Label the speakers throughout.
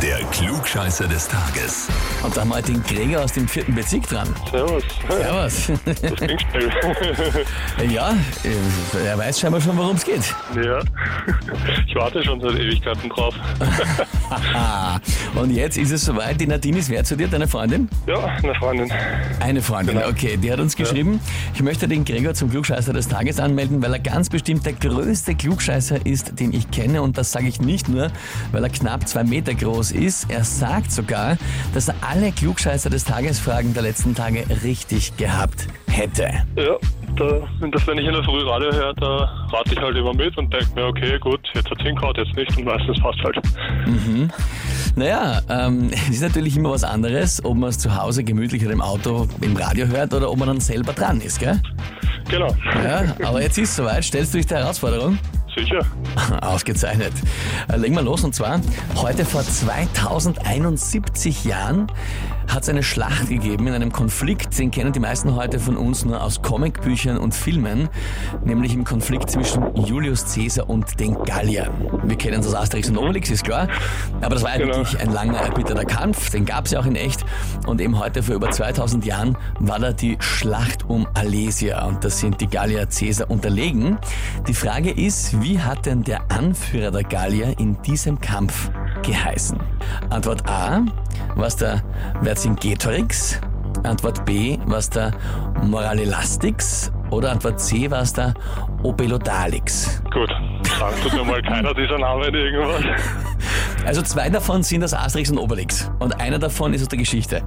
Speaker 1: Der Klugscheißer des Tages.
Speaker 2: Und da haben wir halt den Gregor aus dem vierten Bezirk dran.
Speaker 3: Servus.
Speaker 2: Servus.
Speaker 3: Das ging schnell.
Speaker 2: ja, äh, er weiß scheinbar schon, worum es geht.
Speaker 3: ja. Ich warte schon seit Ewigkeiten drauf.
Speaker 2: Haha. Und jetzt ist es soweit. Die Nadine ist wer zu dir, deine Freundin?
Speaker 3: Ja, eine Freundin.
Speaker 2: Eine Freundin,
Speaker 3: Genau.
Speaker 2: okay. Die hat uns geschrieben, ich möchte den Gregor zum Klugscheißer des Tages anmelden, weil er ganz bestimmt der größte Klugscheißer ist, den ich kenne. Und das sage ich nicht nur, weil er knapp zwei Meter groß ist. Er sagt sogar, dass er alle Klugscheißer des Tagesfragen der letzten Tage richtig gehabt hätte.
Speaker 3: Ja, da, und das, wenn ich in der Früh Radio höre, da rate ich halt immer mit und denke mir, okay, gut, jetzt hat's hingehauen, jetzt nicht und meistens passt halt.
Speaker 2: Naja, ähm, es ist natürlich immer was anderes, ob man es zu Hause gemütlich oder im Auto im Radio hört oder ob man dann selber dran ist, gell?
Speaker 3: Genau.
Speaker 2: Ja, aber jetzt ist soweit. Stellst du dich der Herausforderung?
Speaker 3: Sicher.
Speaker 2: Ausgezeichnet. Äh, Legen wir los und zwar, heute vor 2071 Jahren hat es eine Schlacht gegeben in einem Konflikt, den kennen die meisten heute von uns nur aus Comicbüchern und Filmen, nämlich im Konflikt zwischen Julius Caesar und den Galliern. Wir kennen das aus Asterix und Obelix, ist klar, aber das war
Speaker 3: Genau.
Speaker 2: eigentlich ein langer, erbitterter Kampf, den gab es ja auch in echt und eben heute vor über 2000 Jahren war da die Schlacht um Alesia und da sind die Gallier Caesar unterlegen. Die Frage ist, wie hat denn der Anführer der Gallier in diesem Kampf geheißen? Antwort A, was der Vercingetorix? Antwort B, was der Moralelastix? Oder Antwort C, was der Obelodalix?
Speaker 3: Gut. Sagt tut mir mal keiner dieser Namen irgendwas.
Speaker 2: Also zwei davon sind aus Asterix und Obelix und einer davon ist aus der Geschichte.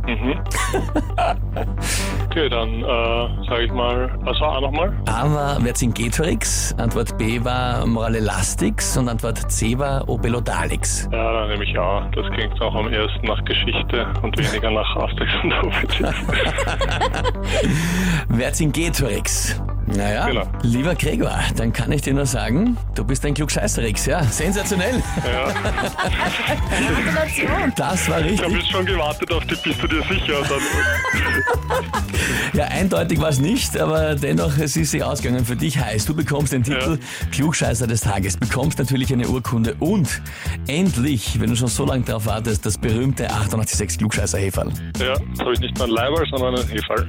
Speaker 3: Okay, dann äh, sage ich mal, was war A nochmal?
Speaker 2: A war Vercingetorix, Antwort B war Moralelastix und Antwort C war Obelodalix.
Speaker 3: Ja, dann nehme ich A. Das klingt auch am ersten nach Geschichte und weniger nach Asterix und Obelix.
Speaker 2: Vercingetorix. Naja,
Speaker 3: Genau.
Speaker 2: lieber Gregor, dann kann ich dir nur sagen, du bist ein Klugscheißerix, ja? Sensationell.
Speaker 4: Gratulation.
Speaker 2: Das war
Speaker 3: Ich habe
Speaker 2: richtig.
Speaker 3: jetzt schon gewartet auf die Bist du dir sicher? Und dann
Speaker 2: Ja, eindeutig war es nicht, aber dennoch, es ist sie ausgegangen für dich. Heißt, du bekommst den Titel Klugscheißer des Tages, bekommst natürlich eine Urkunde und endlich, wenn du schon so lange drauf wartest, das berühmte 886 Klugscheißer-Heferl.
Speaker 3: Ja, das habe ich nicht meinen Leiber, sondern einen Hefall.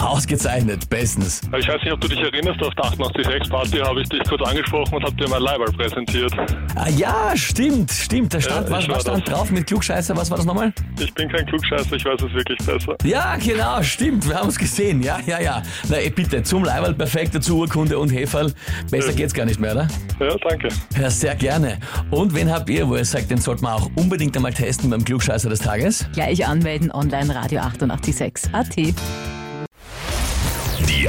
Speaker 2: Ausgezeichnet, bestens.
Speaker 3: Ich weiß nicht, ob du dich erinnerst, auf der 886-Party habe ich dich kurz angesprochen und habe dir mein Leiber präsentiert.
Speaker 2: Ah ja, stimmt, stimmt. Da stand,
Speaker 3: Ja,
Speaker 2: was,
Speaker 3: Äh, ich war
Speaker 2: was stand
Speaker 3: das.
Speaker 2: drauf mit Klugscheißer? Was war das nochmal?
Speaker 3: Ich bin kein Klugscheißer, ich weiß es wirklich besser.
Speaker 2: Ja, genau, stimmt. Wir haben es gesehen. Ja, ja, ja. Na eh, bitte, zum Leiberl perfekt, dazu Urkunde und Heferl. Besser
Speaker 3: Ja.
Speaker 2: geht's gar nicht mehr, oder?
Speaker 3: Ja, danke.
Speaker 2: Ja, sehr gerne. Und wen habt ihr, wo ihr sagt, den sollte man auch unbedingt einmal testen beim Klugscheißer des Tages?
Speaker 4: Gleich anmelden, online Radio 886 AT.
Speaker 1: Die